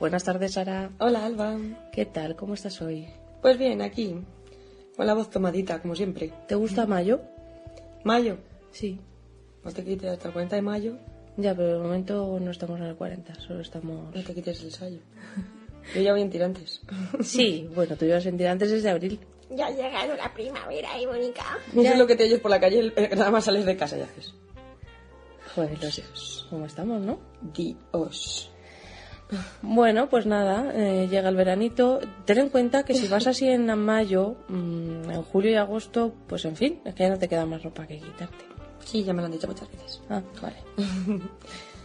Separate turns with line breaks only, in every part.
Buenas tardes, Sara.
Hola, Alba.
¿Qué tal? ¿Cómo estás hoy?
Pues bien, aquí. Con la voz tomadita, como siempre.
¿Te gusta mayo?
Mayo.
Sí.
No te quites hasta el 40 de mayo,
Ya, pero de momento no estamos en el 40, solo estamos...
no te quites el sayo. Yo ya voy en tirantes.
Sí, bueno, tú ibas en tirantes desde abril.
Ya ha llegado la primavera y bonita.
No sé lo que te oyes por la calle, el- el- nada más sales de casa y haces.
Joder, los ¿Cómo estamos, no?
Dios.
Bueno, pues nada, eh, llega el veranito. Ten en cuenta que si vas así en mayo, mm, en julio y agosto, pues en fin, es que ya no te queda más ropa que quitarte.
Sí, ya me lo han dicho muchas veces.
Ah, vale.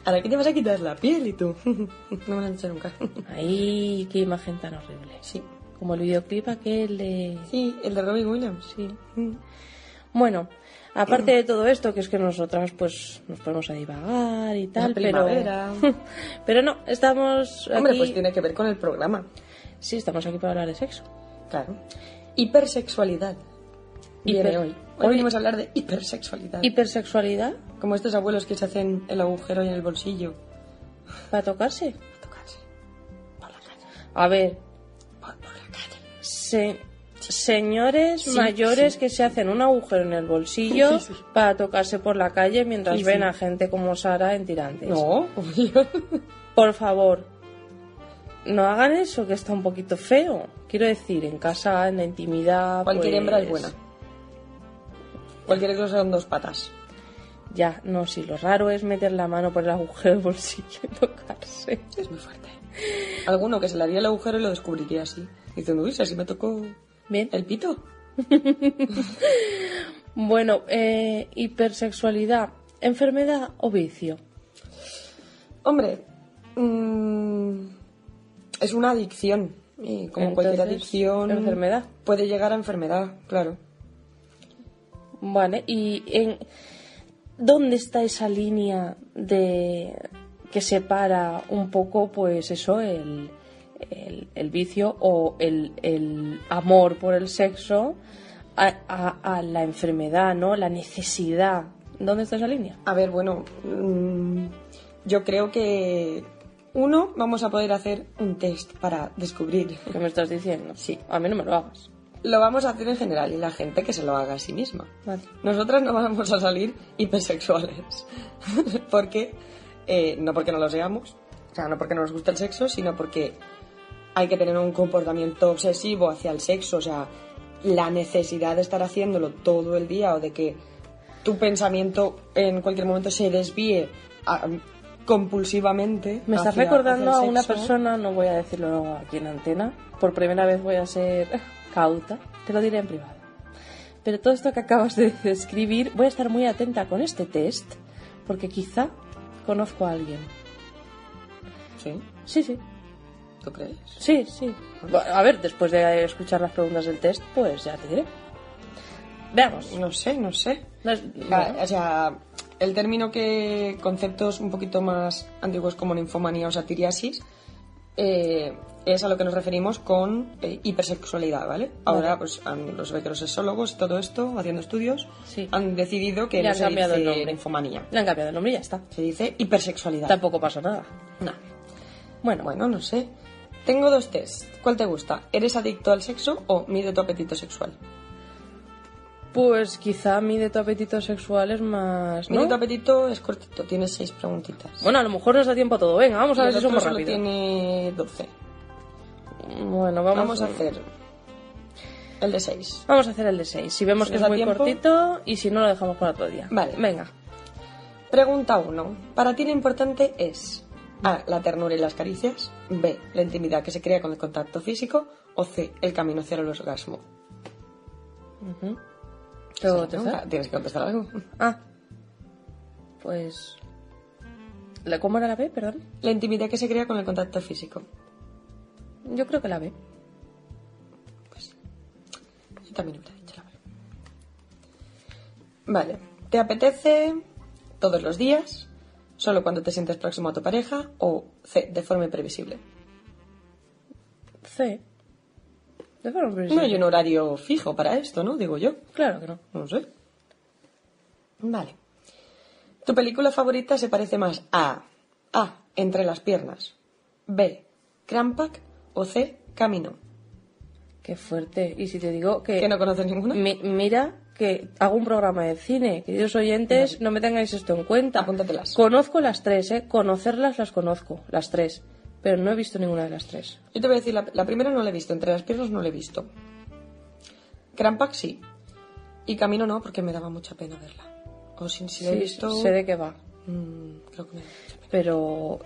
Ahora, ¿qué te vas a quitar? La piel y tú. No me lo han dicho nunca.
Ahí, qué imagen tan horrible.
Sí.
Como el videoclip aquel de...
Sí, el de Robbie Williams.
Sí. Bueno, aparte de todo esto, que es que nosotras pues nos ponemos a divagar y tal, pero...
primavera.
pero no, estamos
Hombre,
aquí...
pues tiene que ver con el programa.
Sí, estamos aquí para hablar de sexo.
Claro. Hipersexualidad. Viene
Hiper-
hoy. Hoy,
hoy-
venimos a hablar de hipersexualidad.
Hipersexualidad
Como estos abuelos que se hacen el agujero en el bolsillo.
para tocarse.
Tocarse. Por la calle.
A ver,
Por, por la calle.
se- señores
Sí,
mayores
sí.
que se hacen un agujero en el bolsillo
Sí, sí.
para tocarse por la calle mientras
Sí,
ven
sí.
a gente como Sara en tirantes.
No, obvio.
Por favor, no hagan eso, que está un poquito feo. Quiero decir, en casa, en la intimidad.
Cualquier
pues,
hembra es buena. Cualquier cosa son dos patas.
Ya, no, si lo raro es meter la mano por el agujero del bolsillo y tocarse.
Es muy fuerte. Alguno que se le haría el agujero y lo descubriría así. Diciendo, uy, si así me tocó
Bien.
el pito.
Bueno, eh, hipersexualidad, enfermedad o vicio.
Hombre, mm, es una adicción. Y como cualquier
Entonces,
adicción.
enfermedad.
Puede llegar a enfermedad, claro.
Vale, y en ¿dónde está esa línea de que separa un poco, pues eso, el, el, el vicio o el, el amor por el sexo a, a- a la enfermedad, ¿no? La necesidad. ¿Dónde está esa línea?
A ver, bueno, mm, yo creo que uno vamos a poder hacer un test para descubrir.
¿Qué me estás diciendo?
Sí.
A mí no me lo hagas.
Lo vamos a hacer en general y la gente que se lo haga a sí misma.
Vale.
Nosotras no vamos a salir hipersexuales. porque, eh, no porque no lo seamos, o sea, no porque no nos gusta el sexo, sino porque hay que tener un comportamiento obsesivo hacia el sexo, o sea, la necesidad de estar haciéndolo todo el día o de que tu pensamiento en cualquier momento se desvíe a- compulsivamente.
Me estás
hacia-
recordando
hacia
a
el
una
sexo.
persona, no voy a decirlo aquí en antena, por primera vez voy a ser cauta, te lo diré en privado. Pero todo esto que acabas de describir, voy a estar muy atenta con este test, porque quizá conozco a alguien.
Sí,
Sí, sí,
¿tú crees?
sí, sí. Bueno, A ver, después de escuchar las preguntas del test, pues ya te diré. Veamos.
No sé, no sé.
No es-
Ca-
bueno,
O sea, el término que conceptos un poquito más antiguos como ninfomanía o satiriasis eh, es a lo que nos referimos con eh, hipersexualidad, ¿vale? Ahora, pues han- los heterosexólogos, todo esto, haciendo estudios,
Sí.
han decidido que
Le
no
han
se
cambiado el
dice
nombre.
ninfomanía,
Le han cambiado el nombre y ya está.
se dice hipersexualidad.
Tampoco pasa nada.
No.
Bueno,
Bueno, no sé. Tengo dos test. ¿Cuál te gusta? ¿Eres adicto al sexo o mide tu apetito sexual?
pues quizá mide tu apetito sexual es más... ¿no?
Mide tu apetito es cortito, tienes seis preguntitas.
Bueno, a lo mejor nos da tiempo a todo. Venga, vamos a
Y
ver
el
si
otro
somos
solo
rápidos.
tiene 12.
Bueno, vamos,
Vamos a hacer el de 6.
Vamos a hacer el de 6. Si vemos
Si
que es
nos da
muy
tiempo.
cortito y si no lo dejamos para otro día.
Vale.
Venga.
Pregunta 1. Para ti lo importante es A. La ternura y las caricias. B. La intimidad que se crea con el contacto físico. O C. El camino hacia el orgasmo.
¿Te
Sí, ¿no? Ah, Tienes que contestar algo.
¿eh? Ah. Pues. ¿La- ¿Cómo era la B? Perdón.
La intimidad que se crea con el contacto físico.
Yo creo que la B.
Yo también hubiera dicho la B. Vale. ¿Te apetece todos los días? ¿Solo cuando te sientes próximo a tu pareja? ¿O C. De forma imprevisible?
C. De forma
No
progresiva.
hay un horario fijo para esto, ¿no? Digo yo.
Claro que no.
No sé. Vale. ¿Tu película favorita se parece más a A. Entre las piernas. B. Crampack. O C. Camino.
Qué fuerte. Y si te digo que...
¿Que no conoces ninguna?
mi- mira que hago un programa de cine. Queridos oyentes, no me tengáis esto en cuenta.
Apúntatelas.
Conozco las tres, ¿eh? Conocerlas las conozco, las tres. Pero no he visto ninguna de las tres.
Yo te voy a decir, la, la primera no la he visto. Entre las piernas no la he visto. Crampack sí. Y Camino no, porque me daba mucha pena verla. O si, si la he
Sí,
visto...
Sé de qué va.
mm, creo que me daba mucha pena.
Pero...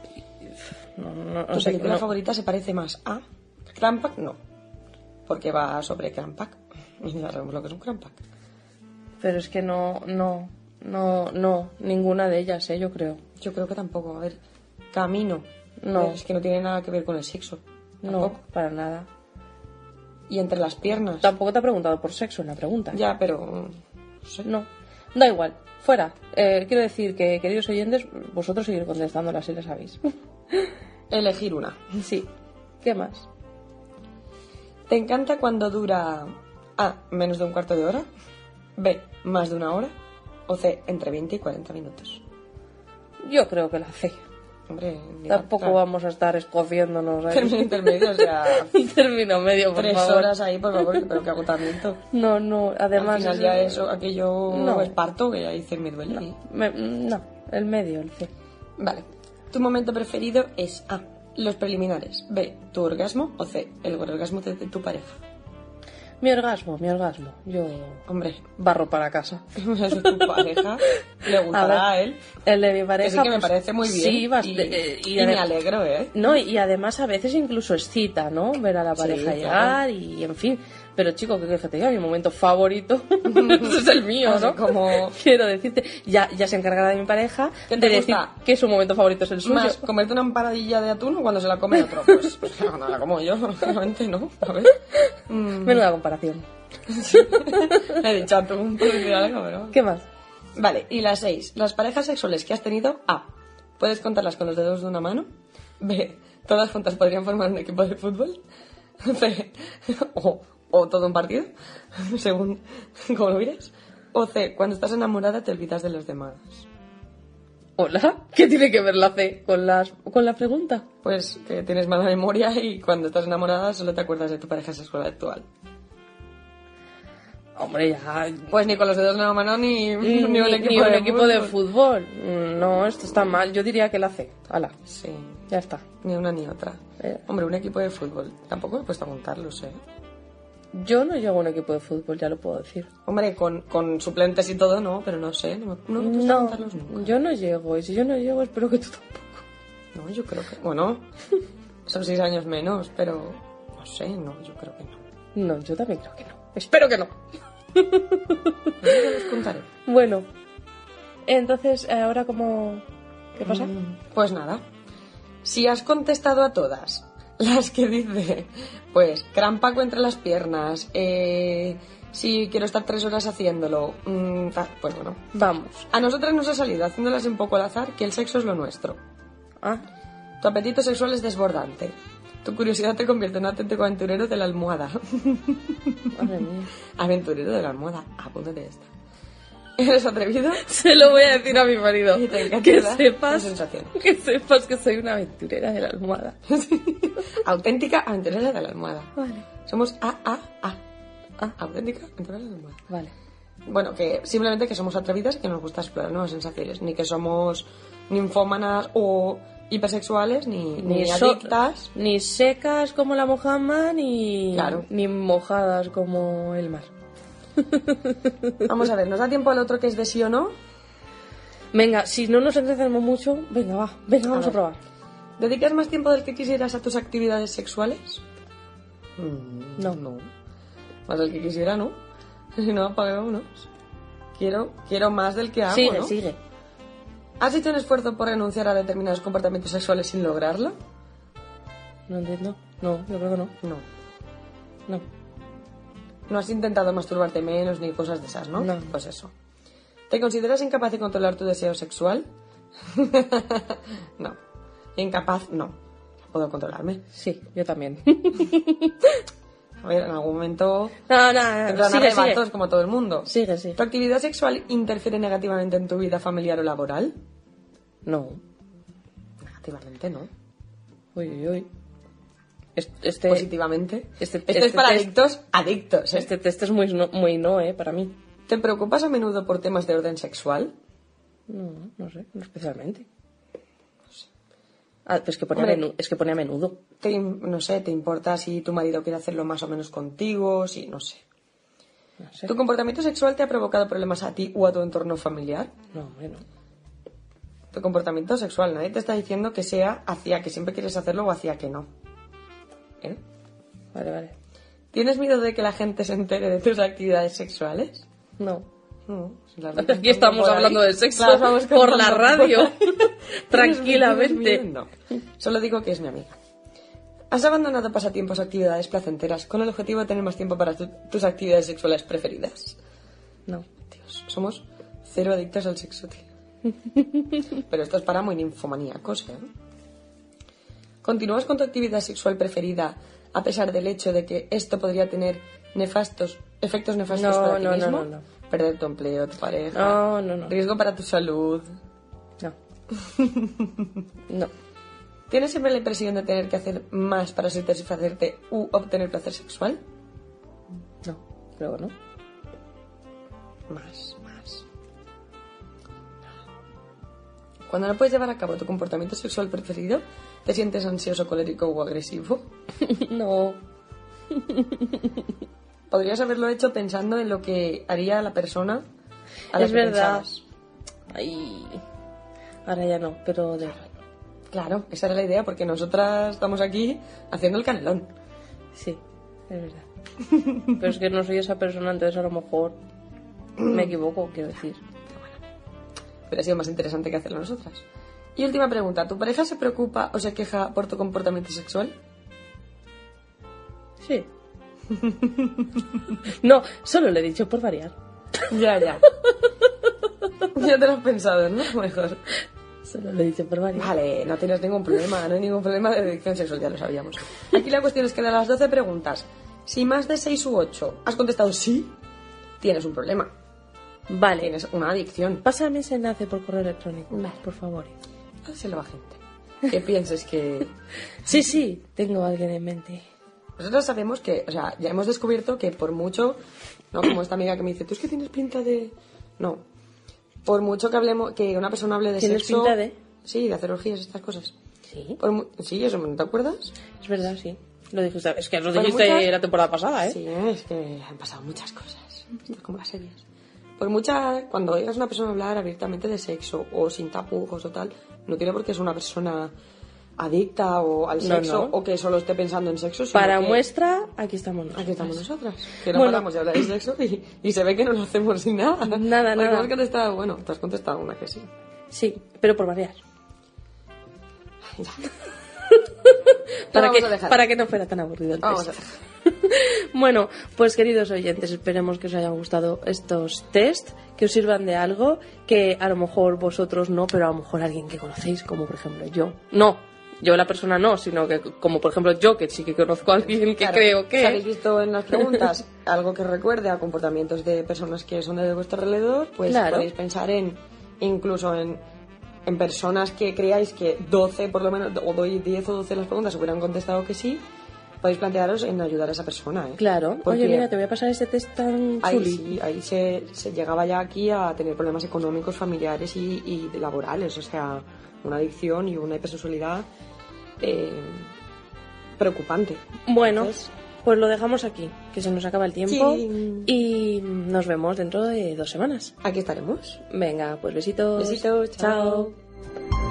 No, no, no
¿Tu
sé,
película
no.
favorita se parece más a Crampack? No. Porque va sobre Crampack. Y ya sabemos lo que es un Crampack.
Pero es que no, no, no, no, ninguna de ellas, ¿eh? yo creo.
Yo creo que tampoco. A ver, Camino.
No.
Es que no tiene nada que ver con el sexo.
No,
Tampoco.
para nada.
Y entre las piernas.
Tampoco te ha preguntado por sexo en la pregunta.
Ya, pero... No sé.
No, da igual, fuera. Eh, quiero decir que, queridos oyentes, vosotros seguir contestándola si la sabéis.
Elegir una.
sí, ¿qué más?
¿Te encanta cuando dura A. menos de un cuarto de hora? B. más de una hora? O C. entre 20 y 40 minutos.
Yo creo que la C.
Hombre, ni
Tampoco
tan-
vamos a estar escociéndonos
Término
ahí.
intermedio, o sea,
Término medio, por
tres
favor.
horas ahí, por favor, pero qué agotamiento.
No, no, además.
Al final ya eso, aquello
No.
es parto que ya dicen me duele. y-
Me- no, el medio, el C.
Vale. Tu momento preferido es A. Los preliminares. B. Tu orgasmo. O C. El orgasmo de de tu pareja.
Mi orgasmo, mi orgasmo. Yo
Hombre,
barro para casa.
eso es tu pareja. Le gustará a,
ver,
él.
El de mi pareja.
Así que me
pues,
parece muy bien.
Sí,
y,
bastante.
y me alegro, ¿eh?
No, y además a veces incluso excita, ¿no? Ver a la
Sí,
pareja
claro.
llegar y en fin. Pero chico, ¿qué quieres que te diga? Mi momento favorito es el mío,
Así
¿no?
como-
Quiero decirte, ya, ya se encargará de mi pareja
¿Qué
de
te
decir
gusta?
que su momento favorito es el suyo.
Más, comerte una empanadilla de atún o cuando se la come otro. Pues, pues no, no la como yo, obviamente, ¿no? A ver. mm.
Menuda comparación.
He dicho atún por decir algo, pero...
¿Qué más?
Vale, y las seis. Las parejas sexuales que has tenido, A. Puedes contarlas con los dedos de una mano. B. Todas juntas podrían formar un equipo de fútbol. C. O, o todo un partido, según como lo mires. O C. Cuando estás enamorada te olvidas de los demás.
Hola, ¿qué tiene que ver la C con, las, con la pregunta?
Pues que tienes mala memoria y cuando estás enamorada solo te acuerdas de tu pareja sexual actual.
Hombre, ya.
Pues ni con los dedos de una mano ni, ni
Ni,
un equipo, de,
de
fútbol.
fútbol. No, esto está mal. Yo diría que la C. Hala,
Sí.
ya está.
Ni una ni otra.
Eh.
Hombre, un equipo de fútbol. Tampoco me he puesto a montarlos, ¿eh?
Yo no llego a un equipo de fútbol, ya lo puedo decir.
Hombre, con, con suplentes y todo, no, pero no sé. No, me- no me he puesto a montarlos nunca.
yo no llego. Y si yo no llego, espero que tú tampoco.
No, yo creo que. Bueno, son seis años menos, pero. No sé, no, yo creo que no.
No, yo también creo que no. Espero que no.
Pues Ya les contaré.
Bueno, entonces, eh, ahora como... ¿Qué pasa?
Pues nada. Si has contestado a todas las que dice, pues, crampaco entre las piernas, eh, si quiero estar tres horas haciéndolo, mm, tal, pues bueno.
Vamos.
A nosotras nos ha salido, haciéndolas un poco al azar, que el sexo es lo nuestro.
Ah,
Tu apetito sexual es desbordante. Tu curiosidad te convierte en un auténtico aventurero de la almohada.
madre mía.
aventurero de la almohada, apúntate esta. ¿Eres atrevido?
Se lo voy a decir a mi marido.
Y te encanta,
Que
¿verdad? Qué
sepas...
sensación.
Que sepas que soy una aventurera de la almohada.
Auténtica aventurera de la almohada.
Vale.
Somos AAA.
Ah.
Auténtica aventurera de la almohada.
Vale.
Bueno, que simplemente que somos atrevidas y que nos gusta explorar nuevas sensaciones. Ni que somos ninfómanas o hipersexuales, ni, ni,
so-
adictas.
ni secas como la mojama, ni,
Claro.
ni mojadas como el mar.
Vamos a ver, ¿nos da tiempo al otro que es de sí o no?
Venga, si no nos entretenemos mucho, venga, va, venga, vamos a,
ver.
probar.
¿Dedicas más tiempo del que quisieras a tus actividades sexuales?
No.
Mm, Más del que quisiera, ¿no? Si no, apaguémonos. Quiero, quiero más del que hago,
sigue,
¿no?
sigue.
¿Has hecho un esfuerzo por renunciar a determinados comportamientos sexuales sin lograrlo?
No entiendo. No, yo creo que no.
No.
No.
No has intentado masturbarte menos ni cosas de esas, ¿no?
No.
Pues eso. ¿Te consideras incapaz de controlar tu deseo sexual? no. Incapaz, no. Puedo controlarme.
Sí, yo también.
A ver, en algún momento
No, no, no.
tendrán
Sigue, sigue.
arrebatos como todo el mundo.
Sigue, sí.
¿Tu actividad sexual interfiere negativamente en tu vida familiar o laboral?
No.
Negativamente, ¿no?
Uy, uy, uy. Es- Este,
Positivamente.
este-
Esto es
este
para
test-
adictos, adictos. ¿eh?
este texto es muy no, muy no, ¿eh? Para mí.
¿Te preocupas a menudo por temas de orden sexual?
No, no sé, no especialmente. Ah, pues que pone,
Hombre.
a menu- es que pone a menudo.
Te im- no sé, ¿te importa si tu marido quiere hacerlo más o menos contigo? Si, no sé.
No sé.
¿Tu comportamiento sexual te ha provocado problemas a ti o a tu entorno familiar?
No, hombre, no.
Tu comportamiento sexual, nadie te está diciendo que sea hacia que siempre quieres hacerlo o hacia que no. ¿Eh?
Vale, vale.
¿Tienes miedo de que la gente se entere de tus actividades sexuales?
No.
No. si las vas
Aquí
contando
estamos
por ahí,
hablando de sexo
las vamos
por la
contando
radio.
por ahí.
Tranquilamente.
¿Tienes miedo? No. Solo digo que es mi amiga. ¿Has abandonado pasatiempos o actividades placenteras con el objetivo de tener más tiempo para tu- tus actividades sexuales preferidas?
No.
Dios, somos cero adictas al sexo, tío. Pero esto es para muy ninfomaníacos, ¿eh? ¿Continúas con tu actividad sexual preferida a pesar del hecho de que esto podría tener nefastos, efectos nefastos
No,
para ti
no, no,
mismo?
no, no.
Perder tu empleo, tu pareja,
No, no, no.
riesgo para tu salud.
No. No.
¿Tienes siempre la impresión de tener que hacer más para satisfacerte u obtener placer sexual?
No. Creo que no.
Más, más. Cuando no puedes llevar a cabo tu comportamiento sexual preferido, ¿te sientes ansioso, colérico o agresivo?
No.
Podrías haberlo hecho pensando en lo que haría la persona a la
es
que
verdad.
pensabas.
Ay. Ahora ya no, pero de...
Claro, esa era la idea, porque nosotras estamos aquí haciendo el canelón.
Sí, es verdad. Pero es que no soy esa persona, entonces a lo mejor me equivoco, quiero decir.
Pero ha sido más interesante que hacerlo nosotras. Y última pregunta, ¿tu pareja se preocupa o se queja por tu comportamiento sexual?
Sí. No, solo le he dicho por variar.
Ya, ya. ya te lo has pensado, ¿no? Mejor.
Solo le he dicho por variar.
Vale, no tienes ningún problema, no hay ningún problema de adicción sexual, ya lo sabíamos. Aquí la cuestión es que de las 12 preguntas, si más de 6 u 8 has contestado sí, tienes un problema,
Vale.
tienes una adicción.
Pásame ese enlace por correo electrónico, por favor.
Hácelo a gente. Que pienses que...
Sí, sí, tengo a alguien en mente.
Nosotros sabemos que, o sea, ya hemos descubierto que por mucho, no como esta amiga que me dice, tú es que tienes pinta de... No. Por mucho que hablemos, que una persona hable de
¿Tienes
sexo...
pinta de?
Sí, de hacer orgías, estas cosas.
Sí,
Por mu- Sí, eso, ¿no te acuerdas?
es verdad, sí. Lo dijiste, es que lo
Por
dijiste
muchas-
la temporada pasada, ¿eh?
Sí, es que han pasado muchas cosas. Esto es como las series. Por mucha, cuando oigas a una persona hablar abiertamente de sexo o sin tapujos o tal, no tiene por qué ser una persona adicta o al
No,
sexo
no.
o que solo esté pensando en sexo. sino
Para
que
muestra, aquí estamos nosotras.
Aquí estamos nosotras. Que no
Bueno.
paramos de hablar de sexo y, y se ve que no lo hacemos sin nada.
Nada,
Porque
nada.
has contestado, bueno, te has contestado una que sí.
Sí, pero por variar. para,
vamos
que,
a dejar.
para que no fuera tan aburrido el
Vamos
test.
a dejar.
bueno, pues queridos oyentes, esperemos que os hayan gustado estos test, que os sirvan de algo, que a lo mejor vosotros no, pero a lo mejor alguien que conocéis, como por ejemplo yo. No, yo la persona no, sino que como por ejemplo yo, que sí que conozco a alguien que
Claro,
creo
si
que...
habéis visto en las preguntas algo que recuerde a comportamientos de personas que son de vuestro alrededor, pues
Claro.
podéis pensar en incluso en, en personas que creáis que 12 por lo menos, o doy 10 o 12 de las preguntas hubieran contestado que sí, podéis plantearos en ayudar a esa persona. ¿eh?
Claro,
Porque
oye mira, te voy a pasar este test tan
ahí,
chuli.
sí, ahí se, se llegaba ya aquí a tener problemas económicos, familiares y, y laborales, o sea, una adicción y una hipersexualidad eh, preocupante.
Bueno,
Entonces-
pues lo dejamos aquí, que se nos acaba el tiempo
Chin.
y nos vemos dentro de dos semanas.
Aquí estaremos.
Venga, pues besitos.
Besitos, chao.
chao.